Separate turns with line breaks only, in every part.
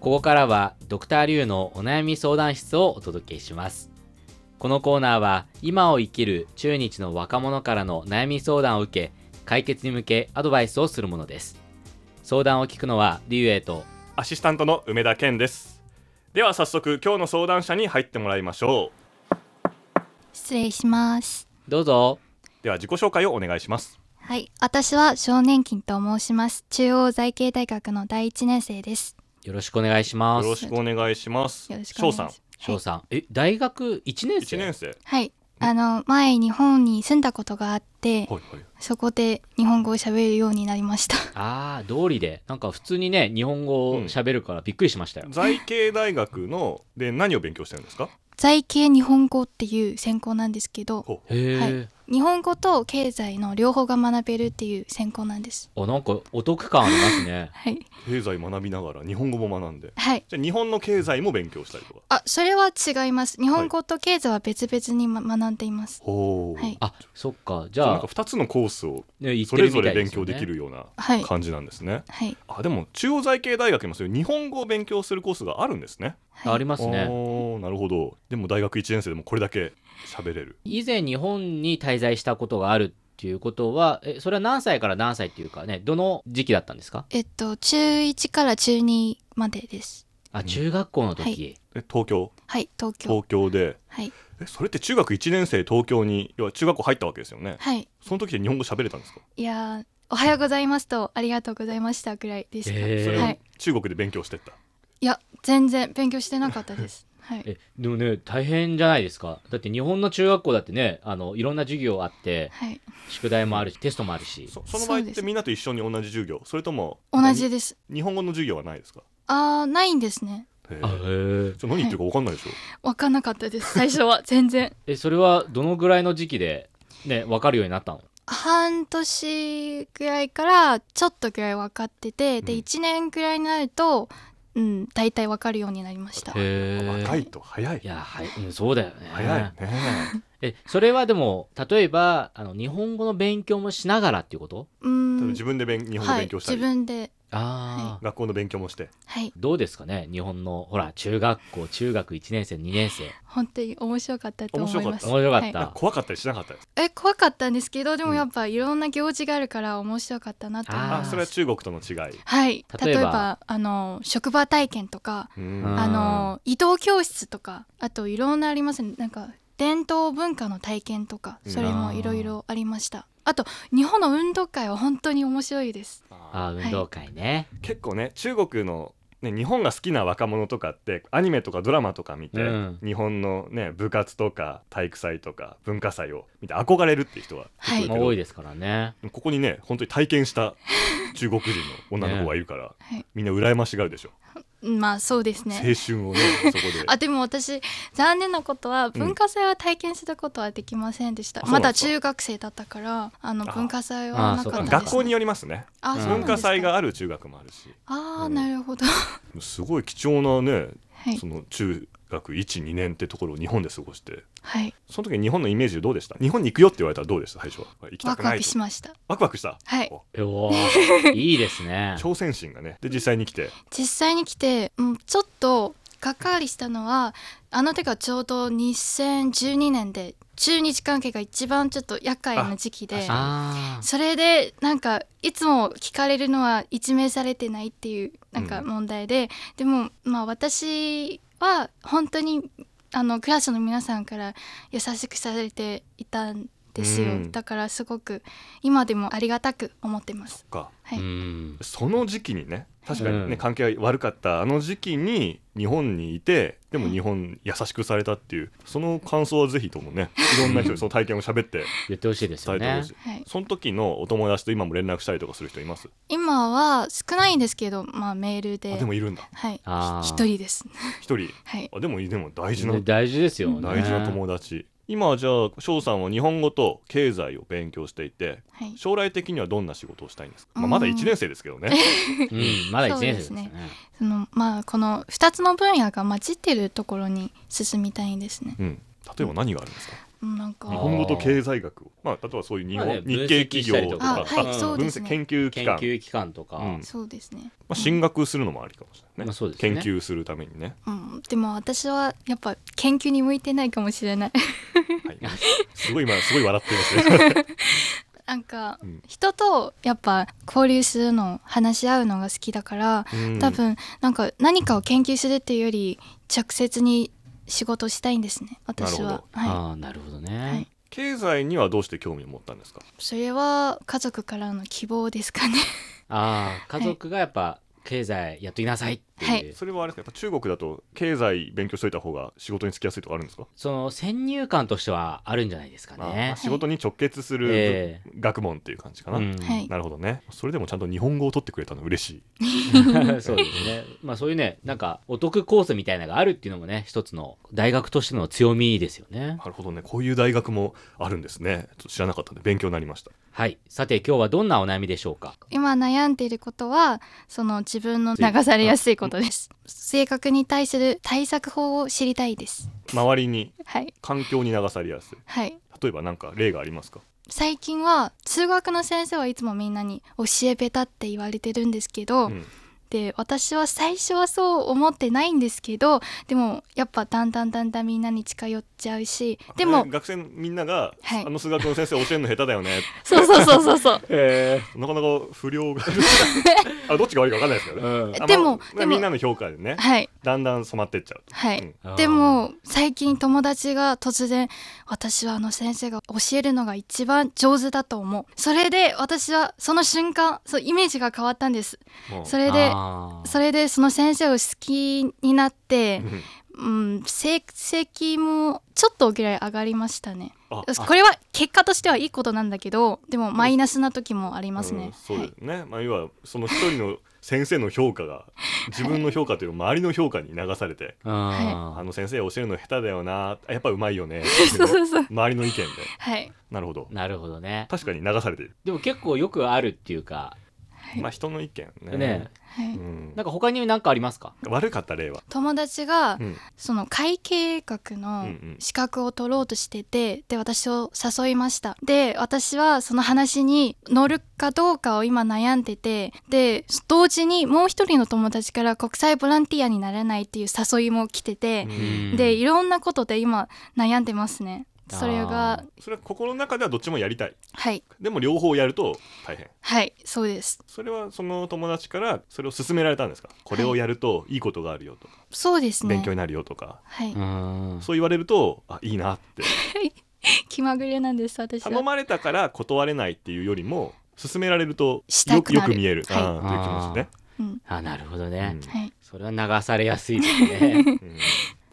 ここからはドクターリュウのお悩み相談室をお届けしますこのコーナーは今を生きる中日の若者からの悩み相談を受け解決に向けアドバイスをするものです相談を聞くのはリュウエイと
アシスタントの梅田健ですでは早速今日の相談者に入ってもらいましょう
失礼します。
どうぞ
では自己紹介をお願いします
はい、私は少年金と申します。中央財系大学の第一年生です。
よろしくお願いしま
よ
す
ろしくお願いします
よろしくお
翔
願いし
さ
ま
ん
す。
翔さんえ大学1年生
一年生はい
はい、あの前日本に住んだことがあって、
はい
そこで日本語を喋るようになりました。
ああ道理でなんか普通にね日本語を喋るからびっくりしましたよ、
財系大学ので何を勉強してるんですか
財系日本語っていう専攻なんですけど、
ほう
へえ、
はい日本語と経済の両方が学べるっていう専攻なんです。
あなんかお得感ありますね
はい、
経済学びながら日本語も学んで
はい。
じゃあ日本の経済も勉強したりとか
あ、それは違います。日本語と経済は別々に、ま、学んでいます。
ほう、
はい
あそっかじ
じゃあ
ゃ
なん
あ
か2つのコースを
ね言っ
そ
て
れ
る
ぞ
みた
れ
いで
勉
すよ
強
ね
できるような
はい、
感じなんですね、
はい、
あでも中央財系大学にもそういう日本語を勉強するコースがあるんですね
ありますね
おーなるほどでも大学1年生でもこれだけ喋れる
以前日本に滞在したことがあるっていうことはえそれは何歳から何歳っていうかねどの時期だったんですか
えっと中一から中二までです。
あ
ん
中学校の時、
はい
え東京
はい、東京。
東京で
はい、
えそれって中学1年生東京に要は中学校入ったわけですよね
はい、
その時で日本語喋れたんですか
いやー、おはようございますと、ありがとうございましたぐらいですか。
へー
それ
は
を
い、
中国で勉強してった、
いや、全然勉強してなかった です。はい、
えでもね大変じゃないですかだって日本の中学校だってねあのいろんな授業あって
はい、
宿題もあるしテストもあるし
そその場合っ
そうで
て
す
みんなと一緒に同じ授業それとも
同じです。
日本語の授業はないですか
あー、ないんですね。
へ
あへ
ー
ー
ちょ何言ってるか分かんないでしょ、
わかんなかった です。最初は全然。
えそれはどのぐらいの時期でね分かるようになったの
半年ぐらいから、ちょっとぐらい分かってて、で、
うん
一年ぐらいになると。うん、大体わかるようになりました。
へー
若いと早い
いや、はい、うん、そうだよね。
早いね
え、それはでも、例えば、あの、日本語の勉強もしながらっていうこと
う
多
ん
分、自分で勉日本語
はい
勉強、した
自
り、
分で、
ああ、
学校の勉強もして
はい。
どうですかね日本の、ほら、中学校、中学1年生、2年生。
本当に面白かったと思います。
面白かった面白かった
は
なんか怖かったりしなかったです
いえ怖かったんですけどで
う
も
ん
やっぱいろんな行事があるから面白かったなと思い
あー
あ
ます。
それは中国との違い
はい
例
例
え
え
ば
ばあの職場体験とか、
うん
あー
あの移動教室とかあといろんなありますねなんか伝統文化の体験とかそれもいろいろありました。あと日本の運動会は本当に面白いです。
ああ、運動会ね。
結構ね中国の、ね、日本が好きな若者とかってアニメとかドラマとか見て、
うん
日本の、ね、部活とか体育祭とか文化祭を見て憧れるっていう人が
はい
結
ま
構
あ
る
多い
け
ですからね。
どここにね本当に体験した中国人の女の子がいるから、
はい、
みんな羨ましがるでしょ、
まあそうです
青
ね。
春をねそこで
あでも私残念なことは文化祭は体験したことはできませんでした、
あそうな
ま
んで
だ
すか
中学生だったからあの
あ
文化祭はなかった
あ
です、ね、
学校によりますね
あ
うん
そうなん
文
ですか
化祭がある中学もあるし
あ
う
あ
ん
なるほど
すごい貴重なね
はい
その中学12年ってところを日本で過ごして
はい
その時日本のイメージどうでした日本に行くよって言われたらどうでした最初は行きた
ワ
く
ク
な
ワ
い
ク
と
しました
ワクワクした
はい
お
うお ーいいですね。
挑戦心がねで実際に来て
実際に来て、うん、ちょっとがっかりしたのはあの時はちょうど2012年で中日関係が一番ちょっと厄介な時期で
ああ、
それでなんかいつも聞かれるのは一命されてないっていうなんか
うん
問題で、でもまあ私は本当にあのクラスの皆さんから優しくされていたんですよ、
うん
だからすごく今でもありがたく思ってます。
か
はい
うん。
その時期にね確かにね、
うん
関係が悪かったあの時期に日本にいてでも
はい
日本優しくされたっていうその感想はぜひともねいろん な人にその体験を喋って
言ってほしいです
伝
よ
えて
ね
ほし。い。
はい、
その時のお友達と今も連絡したりとかする人います
今は少ないんですけど、まあ、メール
あ
で
でもいるんだ
はい
あー
一人です。
一人
はい、
あでもでも大事な
ね大事ですよね。
大事な友達今じゃあ翔さんは日本語と経済を勉強していて
はい、
将来的にはどんな仕事をしたいんですか、まあ、
うん
まだ1年生ですけどね、
うん、まだ1年生です
そう
ね
で。そのまあこの2つの分野が混じってるところに進みたいんですね。
うん、例えば何があるんですか
うんなんか
日本語と経済学をまあ例えばそういう日本、
まあね
日系企業とか
分析したりとかあはい
うん
そう
分
です
析
ね
研究機
研
関、
究機関とか、
うん
そうですね
まあ、進学するのもありかもしれないね,、
まあそうですね
研究するために ね、
うん、でも私はやっぱ研究に向いてないかもしれない
はい、すごい今すごい笑ってますね
なんか
うん
人とやっぱ交流するの話し合うのが好きだから
うん
多分なんか何かを研究するっていうより直接に仕事をしたいんですね私
なる
は
ほ、
は
ああなるほどね、
いはい、
経済にはどうして興味を持ったんですか
それは家族からの希望ですかね
ああ家族がやっぱ経済やっときなさいっていう、
はい
それはあれですかやっぱ中国だと経済勉強しといた方が仕事に就きやすいとかあるんですか、
その先入観としてはあるんじゃないですか
まあま
ね
あ、仕事に直結するぶ、
え
学問っていう感じかな、
うん
はい
なるほどねそれでもちゃんと日本語を取ってくれたの嬉しい
そうですねまあそういうねなんかお得コースみたいなのがあるっていうのもね一つの大学としての強みですよね
なるほどねこういう大学もあるんですねちょっと知らなかったんで勉強になりました
はいさて今日はどんなお悩みでしょうか
今悩んでいることはその自分の流されやすいことです 性格に対する対策法を知りたいです
周りに
はい
環境に流されやすい
はい
例えば何か例がありますか
最近は数学の先生はいつもみんなに教えべたって言われてるんですけど、
うん
で私は最初はそう思ってないんですけどでもやっぱだんだんだんだんみんなに近寄っちゃうしでも
え学生みんなが、
はい
あの数学の先生教えるの下手だよね
そうそうそうそうそう
なかなか不良 があどっちが悪いか分かんないですけどね
うん
あまあ
でも
まあ
でも
みんなの評価でね
はい
だんだん染まってっちゃうと
はい、
うん
あー
でも最近友達が突然「私はあの先生が教えるのが一番上手だと思う」それで私はその瞬間そうイメージが変わったんです
もう
それで
あー
それでその先生を好きになって、
うん
うん、成績もちょっとぐらい上がりましたね
あ
これは結果としてはいいことなんだけどでもマイナスな時もあります
うん
ね、
そう
は
で
い
すね、まあ、要はその一人の先生の評価が自分の評価というより周りの評価に流されて
あ
あ
ー
の先生教えるの下手だよなあやっぱうまいよね
そうそうそう
周りの意見で
はい
なるほど
なるほどね
確かに流されている、
でも結構よくあるっていうか
まあ人の意見ね
ね
は
う
い
ん
なんか他に何かありますか
悪かった例は、
友達が
うん
その会計学
うん
の
うん
資格を取ろうとしててで私を誘いましたで私はその話に乗るかどうかを今悩んでてで同時にもう一人の友達から国際ボランティアになれないっていう誘いも来てて、
うん
でいろんなことで今悩んでますね
あー、
それが
それは心の中ではどっちもやりたい
はい
でも両方やると大変
はいそうです
それはその友達からそれを勧められたんですかこれをやるといいことがあるよとか、
そうですね
勉強になるよとか
はいう
ん
そう言われるとあいいな って
気まぐれなんです私
頼
は
まれたから断れないっていうよりも勧められると
した
よく
くなる
よく見える、
は
あ
い
ーという気持ちね
うん
あなるほどね、
うん
はい
それは流されやすいです ね
うん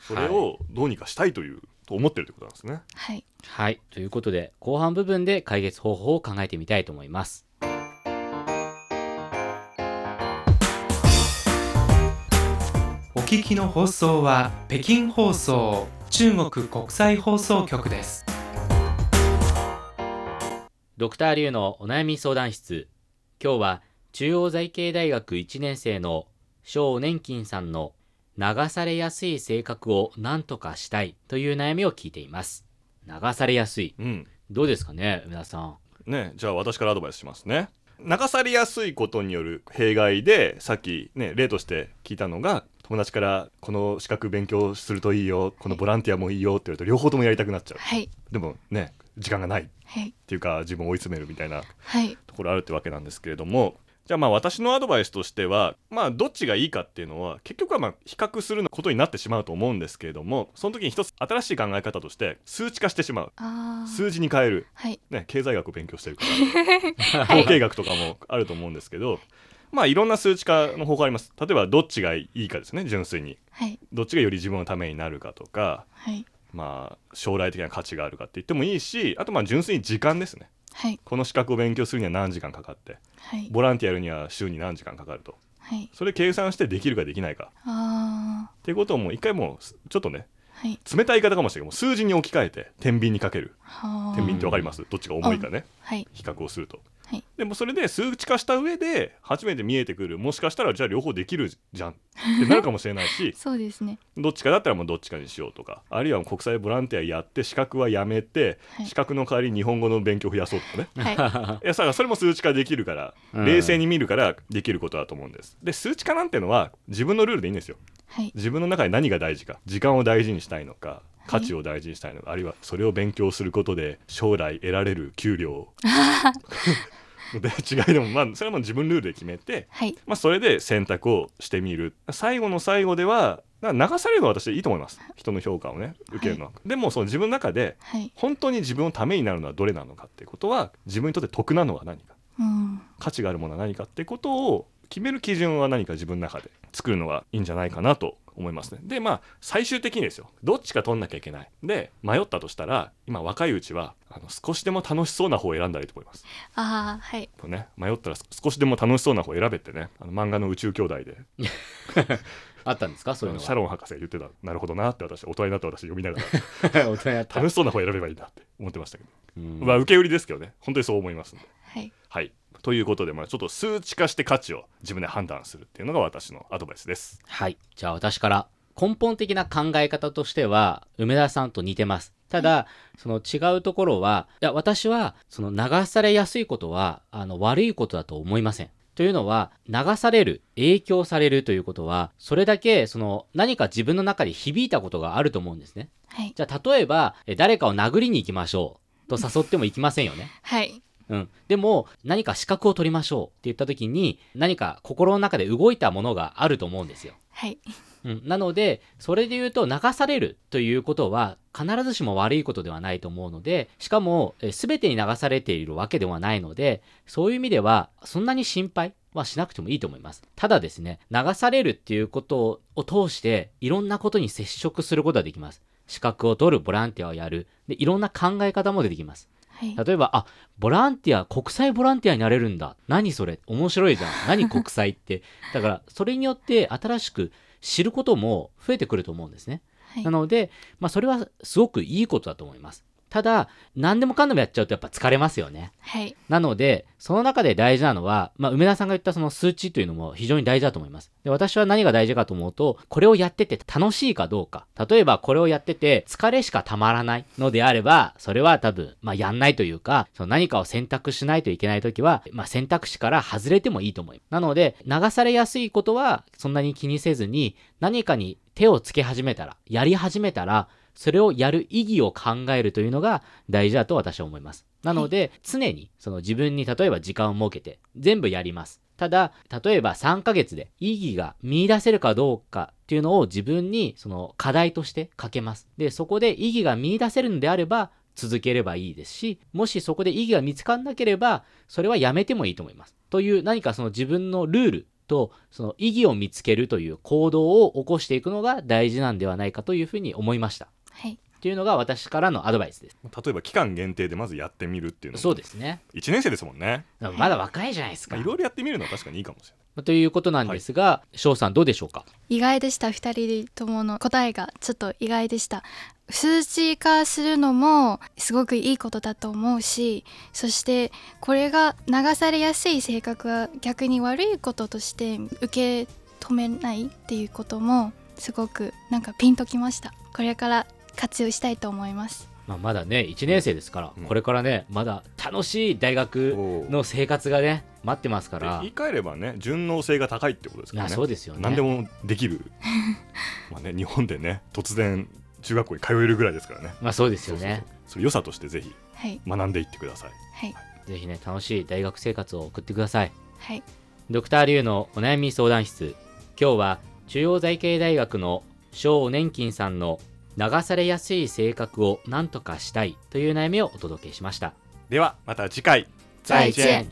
それをどうにかしたいというと思ってるってことなんですね
はい
はいということで後半部分で解決方法を考えてみたいと思います
お聞きの放送は北京放送中国国際放送局です。
ドクターリュウのお悩み相談室今日は中央財系大学1年生の小年金さんの流されやすい性格を何とかしたいという悩みを聞いています流されやすい
うん
どうですかね皆さん
ねじゃあ私からアドバイスしますね流されやすいことによる弊害でさっきね例として聞いたのが友達からこの資格勉強するといいよこのボランティアもいいよって言われると両方ともやりたくなっちゃう
はい
でもね時間がないっ
はい
ていうか自分を追い詰めるみたいな
はい
ところあるってわけなんですけれどもじゃあまあ私のアドバイスとしてはまあどっちがいいかっていうのは結局はまあ比較することになってしまうと思うんですけれどもその時に一つ新しい考え方として数値化してしまう
あー
数字に変える、
はい
ね、経済学を勉強してるから統計学とかもあると思うんですけどまあいろんな数値化の方法あります例えばどっちがいいかですね純粋に
はい
どっちがより自分のためになるかとか
はい
まあ将来的な価値があるかって言ってもいいしあとまあ純粋に時間ですね
はい
この資格を勉強するには何時間かかって
はい
ボランティアやるには週に何時間かかると
はい
それ計算してできるかできないか
あ
っていうことをもう一回もうすちょっとね
ーはい
冷たい言い方かもしれないけどもう数字に置き換えて天秤にかける
は
天秤っ
ー
てわかりますどっちが重いかね
はい
比較をすると
はい
でもそれで数値化した上で初めて見えてくるもしかしたらじゃあ両方できるじゃんってなるかもしれない し
そうですね
どっちかだったらもうどっちかにしようとかあるいは国際ボランティアやって資格はやめて、
はい
資格の代わりに日本語の勉強増やそうとかね
はい
いやさそれも数値化できるから、
うん
冷静に見るからできることだと思うんですで数値化なんてのは自分のルールでいいんですよ
はい
自分の中で何が大事か時間を大事にしたいのか価値を大事にしたいのか、あるいはそれを勉強することで将来得られる給料 で違いでもまあそれはもう自分ルールで決めて、
はい
まあ、それで選択をしてみる最後の最後ではだから流されるのは私はいいと思います人の評価をね受けるのは、でもその自分の中で
はい
本当に自分のためになるのはどれなのかっていうことは自分にとって得なのは何か
うん
価値があるものは何かってことを決める基準は何か自分の中で作るのがいいんじゃないかなと思いますね。でまあ最終的にですよどっちか取んなきゃいけないで迷ったとしたら今若いうちはあの少しでも楽しそうな方を選んだらいいと思います。
ああはい
こうね、迷ったら少しでも楽しそうな方を選べってねあの漫画の「宇宙兄弟で」
あったんですかそういう
あ
の
の
は
シャロン博士が言ってたなるほどなって私大人になって私読みながら
大人やった
楽しそうな方を選べばいいなって思ってましたけど、
うん
まあ受け売りですけどね本当にそう思いますんで。
はい
はい。ということで、まあ、ちょっと数値化して価値を自分で判断するっていうのが私のアドバイスです。
はい。じゃあ私から。根本的な考え方としては、梅田さんと似てます。ただ、その違うところは、いや、私は、その流されやすいことは、あの、悪いことだと思いません。というのは、流される、影響されるということは、それだけ、その、何か自分の中で響いたことがあると思うんですね。
はい
じゃあ、例えば、え誰かを殴りに行きましょう、と誘っても行きませんよね。
はい
うん。でも、何か資格を取りましょうって言った時に、何か心の中で動いたものがあると思うんですよ。
はい
うん、なので、それで言うと流されるということは必ずしも悪いことではないと思うので、しかもえー全てに流されているわけではないので、そういう意味ではそんなに心配はしなくてもいいと思います。ただですね、流されるっていうことを通していろんなことに接触することができます。資格を取る、ボランティアをやる、でいろんな考え方も出てきます。
はい
例えば、あ、ボランティア、国際ボランティアになれるんだ。何それ面白いじゃん。何国際って。 だから、それによって新しく知ることも増えてくると思うんですね。
はい
なので、まあ、それはすごくいいことだと思います。ただ、何でもかんでもやっちゃうとやっぱ疲れますよね。
はい
なので、その中で大事なのは、まあ、梅田さんが言ったその数値というのも非常に大事だと思います。で、私は何が大事かと思うと、これをやってて楽しいかどうか。例えば、これをやってて疲れしかたまらないのであれば、それは多分、まあ、やんないというか、その何かを選択しないといけないときは、まあ、選択肢から外れてもいいと思います。なので、流されやすいことはそんなに気にせずに、何かに手をつけ始めたら、やり始めたら、それをやる意義を考えるというのが大事だと私は思います。なので、常にその自分に例えば時間を設けて全部やります。ただ、例えば3ヶ月で意義が見出せるかどうかっていうのを自分にその課題としてかけます。で、そこで意義が見出せるのであれば続ければいいですし、もしそこで意義が見つかんなければ、それはやめてもいいと思います。という何かその自分のルールとその意義を見つけるという行動を起こしていくのが大事なんではないかというふうに思いました。
はい
っていうのが私からのアドバイスです。
例えば期間限定でまずやってみるっていうのも
そうですね。
1年生ですもんね。
まだ若いじゃないです
ま
か。
あいろいろやってみるのは確かにいいかもしれない。
ということなんですが、翔、さんどうでしょうか
意外でした2人ともの答えがちょっと意外でした数値化するのもすごくいいことだと思うしそしてこれが流されやすい性格は逆に悪いこととして受け止めないっていうこともすごくなんかピンときましたこれから活用したいと思います
まあ、まだね、1年生ですから、
うん
これからね、まだ楽しい大学
おう
の生活がね、待ってますか
で
ら
言、い換えればね順応性が高いってことですから
あ
ね。
そうですよね。
何でもできる まあ、ね、日本でね突然中学校に通えるぐらいですからね。
まあそうですよね
そう。そうそうそれ良さとしてぜひ
はい
学んでいってください。
はい
ぜひね、楽しい大学生活を送ってください。
はい
ドクターリュウのお悩み相談室今日は中央財系大学の小年金さんの流されやすい性格を何とかしたいという悩みをお届けしました
ではまた次回。
再见